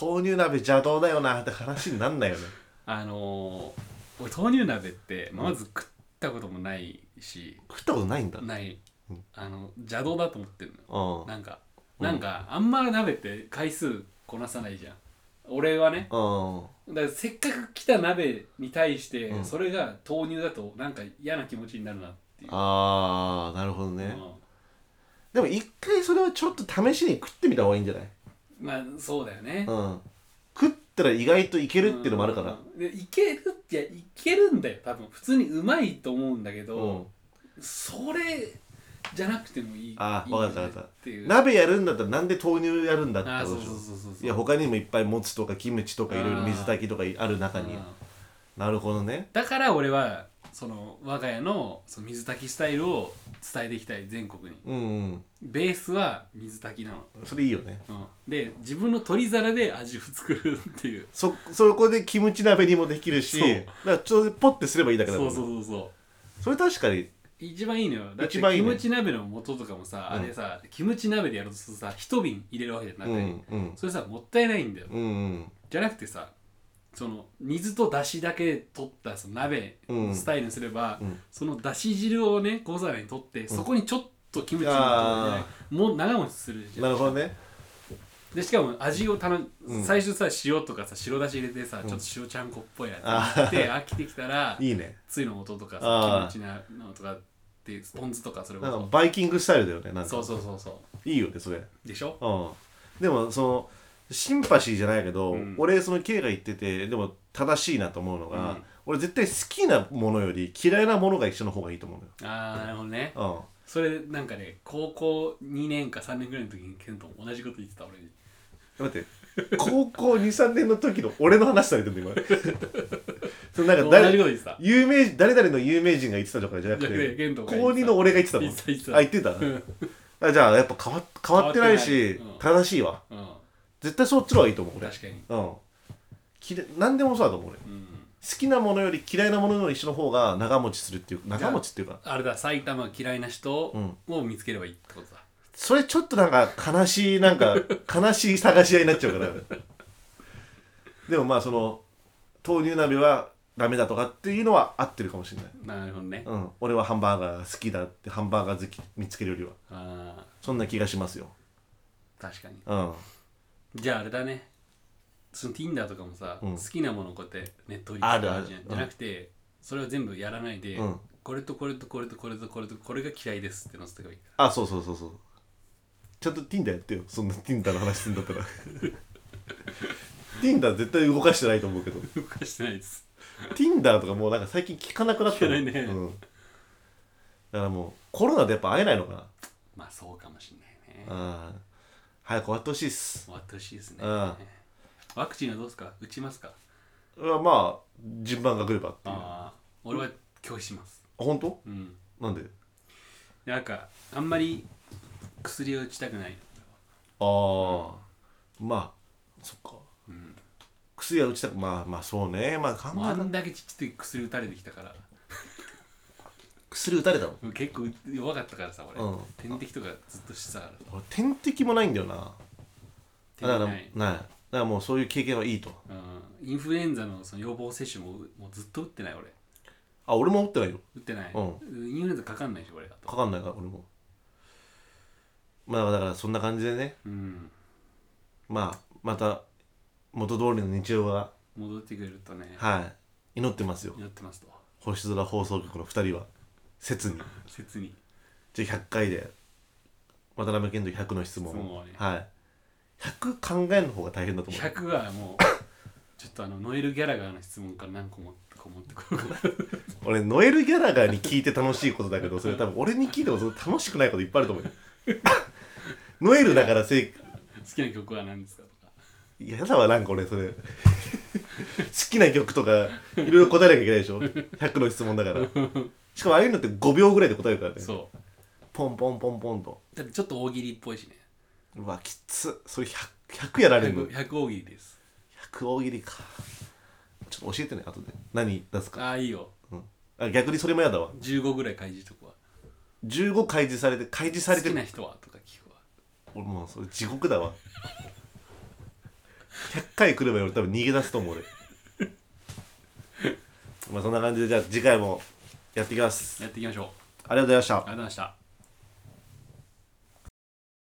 [SPEAKER 2] 豆乳鍋邪道だよなって話になんないよね
[SPEAKER 1] あのー、俺豆乳鍋ってまず食ったこともないし、
[SPEAKER 2] 食ったことないんだうん
[SPEAKER 1] ない
[SPEAKER 2] うん
[SPEAKER 1] あの邪道だと思ってるのよ
[SPEAKER 2] うん
[SPEAKER 1] なんか
[SPEAKER 2] うん
[SPEAKER 1] なんかあんま鍋って回数こなさないじゃん俺はねだからせっかく来た鍋に対して
[SPEAKER 2] うん
[SPEAKER 1] それが豆乳だとなんか嫌な気持ちになるなっていう
[SPEAKER 2] あーなるほど
[SPEAKER 1] う
[SPEAKER 2] ね、
[SPEAKER 1] ん
[SPEAKER 2] でも一回それはちょっと試しに食ってみた方がいいんじゃない
[SPEAKER 1] まあそうだよね
[SPEAKER 2] うん食ったら意外といけるっていうのもあるから
[SPEAKER 1] うんでいけるいやいけるんだよ多分普通にうまいと思うんだけ
[SPEAKER 2] うん
[SPEAKER 1] ど、それじゃなくてもいい
[SPEAKER 2] あ
[SPEAKER 1] いい
[SPEAKER 2] わ
[SPEAKER 1] よ
[SPEAKER 2] か
[SPEAKER 1] ね
[SPEAKER 2] ったわかった
[SPEAKER 1] っていう
[SPEAKER 2] 鍋やるんだったらなんで豆乳やるんだって
[SPEAKER 1] あ
[SPEAKER 2] こ
[SPEAKER 1] そ
[SPEAKER 2] と
[SPEAKER 1] う
[SPEAKER 2] でし
[SPEAKER 1] そう
[SPEAKER 2] ょ
[SPEAKER 1] そうそう
[SPEAKER 2] いや他にもいっぱいもつとかキムチとかいろいろ
[SPEAKER 1] あー
[SPEAKER 2] 水炊きとかある中に
[SPEAKER 1] うん
[SPEAKER 2] なるほどね
[SPEAKER 1] だから俺はその我が家のその水炊きスタイルを伝えていきたい全国に
[SPEAKER 2] うんうん
[SPEAKER 1] ベースは水炊きなの、
[SPEAKER 2] それいいよね
[SPEAKER 1] うん、で自分の取り皿で味を作るっていう
[SPEAKER 2] そそこでキムチ鍋にもできるし
[SPEAKER 1] そう
[SPEAKER 2] だからちょうどポッてすればいいだけ
[SPEAKER 1] そ
[SPEAKER 2] だ
[SPEAKER 1] う
[SPEAKER 2] もんね
[SPEAKER 1] そうそうそう
[SPEAKER 2] それ確かに
[SPEAKER 1] 一番いいのよだって
[SPEAKER 2] 一番い
[SPEAKER 1] キ
[SPEAKER 2] いね
[SPEAKER 1] ムチ鍋の素とかもさ、
[SPEAKER 2] う
[SPEAKER 1] あ
[SPEAKER 2] ん
[SPEAKER 1] れさキムチ鍋でやるとさ一瓶入れるわけじゃな
[SPEAKER 2] う
[SPEAKER 1] くて、
[SPEAKER 2] んうん
[SPEAKER 1] それさもったいないんだよ
[SPEAKER 2] うんうん
[SPEAKER 1] じゃなくてさその水とだしだけ取ったその鍋
[SPEAKER 2] うん
[SPEAKER 1] スタイルにすれば、
[SPEAKER 2] うん
[SPEAKER 1] そのだし汁をね小皿に取って、そこにちょっとキムチの
[SPEAKER 2] あ
[SPEAKER 1] もう長持ちするじゃ
[SPEAKER 2] なんるほどね
[SPEAKER 1] でしかも味を頼む、
[SPEAKER 2] うん
[SPEAKER 1] 最初さ塩とかさ白だし入れてさ、
[SPEAKER 2] うん
[SPEAKER 1] ちょっと塩ちゃんこっぽいやつで飽きてきたら
[SPEAKER 2] いいね
[SPEAKER 1] つゆの素とか
[SPEAKER 2] あ
[SPEAKER 1] さ
[SPEAKER 2] ー
[SPEAKER 1] キムチなのとかってポン酢とかそれこ
[SPEAKER 2] なんか
[SPEAKER 1] そ
[SPEAKER 2] バイキングスタイルだよねなん
[SPEAKER 1] そう
[SPEAKER 2] か
[SPEAKER 1] そうそうそ
[SPEAKER 2] いいよねそれ
[SPEAKER 1] うでしょ
[SPEAKER 2] うんでもそのシンパシーじゃないけど、
[SPEAKER 1] うん
[SPEAKER 2] 俺その K が言っててでも正しいなと思うのが、
[SPEAKER 1] うん
[SPEAKER 2] 俺絶対好きなものより嫌いなものが一緒の方がいいと思うのよ
[SPEAKER 1] ああなるほどね
[SPEAKER 2] うん、
[SPEAKER 1] それなんかね高校2年か3年ぐらいの時にケントも同じこと言ってた俺に
[SPEAKER 2] 待って高校23年の時の俺の話されて るの今そのなんか 誰
[SPEAKER 1] 同じこと言 ってた
[SPEAKER 2] 有名人誰々の有名人が言ってたとかじゃなく
[SPEAKER 1] じゃなくて
[SPEAKER 2] て
[SPEAKER 1] 玄
[SPEAKER 2] 高
[SPEAKER 1] 斗が言ってた
[SPEAKER 2] 2の俺が言ってたの
[SPEAKER 1] 言ってた言ってた
[SPEAKER 2] あ言ってたあじゃあやっぱ変わ変わってないし
[SPEAKER 1] 変わって
[SPEAKER 2] 正しいわ
[SPEAKER 1] うん
[SPEAKER 2] 絶対そっちの方がいいと思う俺
[SPEAKER 1] 確かに
[SPEAKER 2] うんきれ何でもそうだと思う俺
[SPEAKER 1] うん
[SPEAKER 2] 好きなものより嫌いなものの一緒の方が長持ちするっていう長持ちっていうか
[SPEAKER 1] あれだ埼玉嫌いな人
[SPEAKER 2] うん
[SPEAKER 1] を見つければいいってことだ
[SPEAKER 2] それちょっとなんか悲しいな んか悲しい探し合いになっちゃうからでもまあその豆乳鍋はダメだとかっていうのは合ってるかもしれない、
[SPEAKER 1] なるほどね
[SPEAKER 2] うん、俺はハンバーガー好きだってハンバーガー好き見つけるよりは
[SPEAKER 1] あ
[SPEAKER 2] そんな気がしますよ
[SPEAKER 1] ー確かに
[SPEAKER 2] うん
[SPEAKER 1] じゃああれだねその Tinder とかもさ
[SPEAKER 2] うん
[SPEAKER 1] 好きなものこうやってネットに
[SPEAKER 2] あるある
[SPEAKER 1] じゃん
[SPEAKER 2] うん
[SPEAKER 1] じゃなくてそれを全部やらないで
[SPEAKER 2] うん
[SPEAKER 1] これとこれとこれとこれとこれとこれが嫌いですって載せてけば いい
[SPEAKER 2] あそうそうそうそうちゃんと Tinder やってよそんな Tinder の話するんだったら Tinder 絶対動かしてないと思うけど
[SPEAKER 1] 動かしてないです。
[SPEAKER 2] Tinder とかもうなんか最近聞かなくなった
[SPEAKER 1] 聞かないね
[SPEAKER 2] うん、だからもうコロナでやっぱ会えないのかな
[SPEAKER 1] まあそうかもしれないね
[SPEAKER 2] うん早く終わってほしいっす
[SPEAKER 1] 終わってほしいですね
[SPEAKER 2] うん
[SPEAKER 1] ワクチンはどうですか打ちますか
[SPEAKER 2] うわまあ順番が来ればっていうあ
[SPEAKER 1] ああ俺は拒否します
[SPEAKER 2] 本当
[SPEAKER 1] うん
[SPEAKER 2] なんで
[SPEAKER 1] なんかあんまり薬を打ちたくない
[SPEAKER 2] ああまあそっか
[SPEAKER 1] うん
[SPEAKER 2] 薬は打ちたくまあまあそうねまあ考
[SPEAKER 1] もうあ
[SPEAKER 2] えた
[SPEAKER 1] んだけちっちゃい薬打たれてきたから
[SPEAKER 2] 薬打たれたの
[SPEAKER 1] うん結構弱かったからさ俺、
[SPEAKER 2] うん
[SPEAKER 1] 点滴とかずっとしてたから
[SPEAKER 2] 俺点滴もないんだよな
[SPEAKER 1] 手
[SPEAKER 2] だから
[SPEAKER 1] にな
[SPEAKER 2] な
[SPEAKER 1] いい、
[SPEAKER 2] だからもうそういう経験はいいと
[SPEAKER 1] うん、インフルエンザのその予防接種ももうずっと打ってない俺
[SPEAKER 2] あ俺も打ってないよ
[SPEAKER 1] 打ってない、
[SPEAKER 2] う
[SPEAKER 1] インフルエンザかかんないでしょ俺だと
[SPEAKER 2] かかんないから俺もまあだからそんな感じでね
[SPEAKER 1] うん
[SPEAKER 2] まあまた元通りの日常が
[SPEAKER 1] 戻ってくれるとね
[SPEAKER 2] はい祈ってますよ
[SPEAKER 1] やってますと
[SPEAKER 2] 星空放送局の2人は切に
[SPEAKER 1] 切に
[SPEAKER 2] じゃあ100回で渡辺謙と100の質問を
[SPEAKER 1] 質問をね
[SPEAKER 2] はい100考える方が大変だと思う
[SPEAKER 1] 100はもうちょっとあのノエル・ギャラガーの質問から何個もこう持ってこようかな
[SPEAKER 2] 俺ノエル・ギャラガーに聞いて楽しいことだけどそ れ多分俺に聞いてもそれ楽しくないこといっぱいあると思うよ ノエルだからせい
[SPEAKER 1] 好きな曲は何ですかとか
[SPEAKER 2] いややだわなんか俺それ好きな曲とかいろいろ答えなきゃいけないでしょ100の質問だからしかもああいうのって5秒ぐらいで答えるからね
[SPEAKER 1] そう
[SPEAKER 2] ポンポンポンポンと
[SPEAKER 1] だってちょっと大喜利っぽいしね
[SPEAKER 2] うわきつそれ 100, 100やられるの
[SPEAKER 1] 100, 100大喜利です
[SPEAKER 2] 100大喜利かちょっと教えてね後で何出すか
[SPEAKER 1] ああいいよ
[SPEAKER 2] あ逆にそれもやだわ
[SPEAKER 1] 15ぐらい開示とこは
[SPEAKER 2] 15開示されて開示さ
[SPEAKER 1] 好
[SPEAKER 2] れて
[SPEAKER 1] き
[SPEAKER 2] る
[SPEAKER 1] な人はとか聞くわ
[SPEAKER 2] 俺もうそれ地獄だわ100回来れば俺多分逃げ出すと思う俺 まあそんな感じでじゃあ次回もやっていきます
[SPEAKER 1] やっていきましょう
[SPEAKER 2] ありがとうございました
[SPEAKER 1] ありがとうございました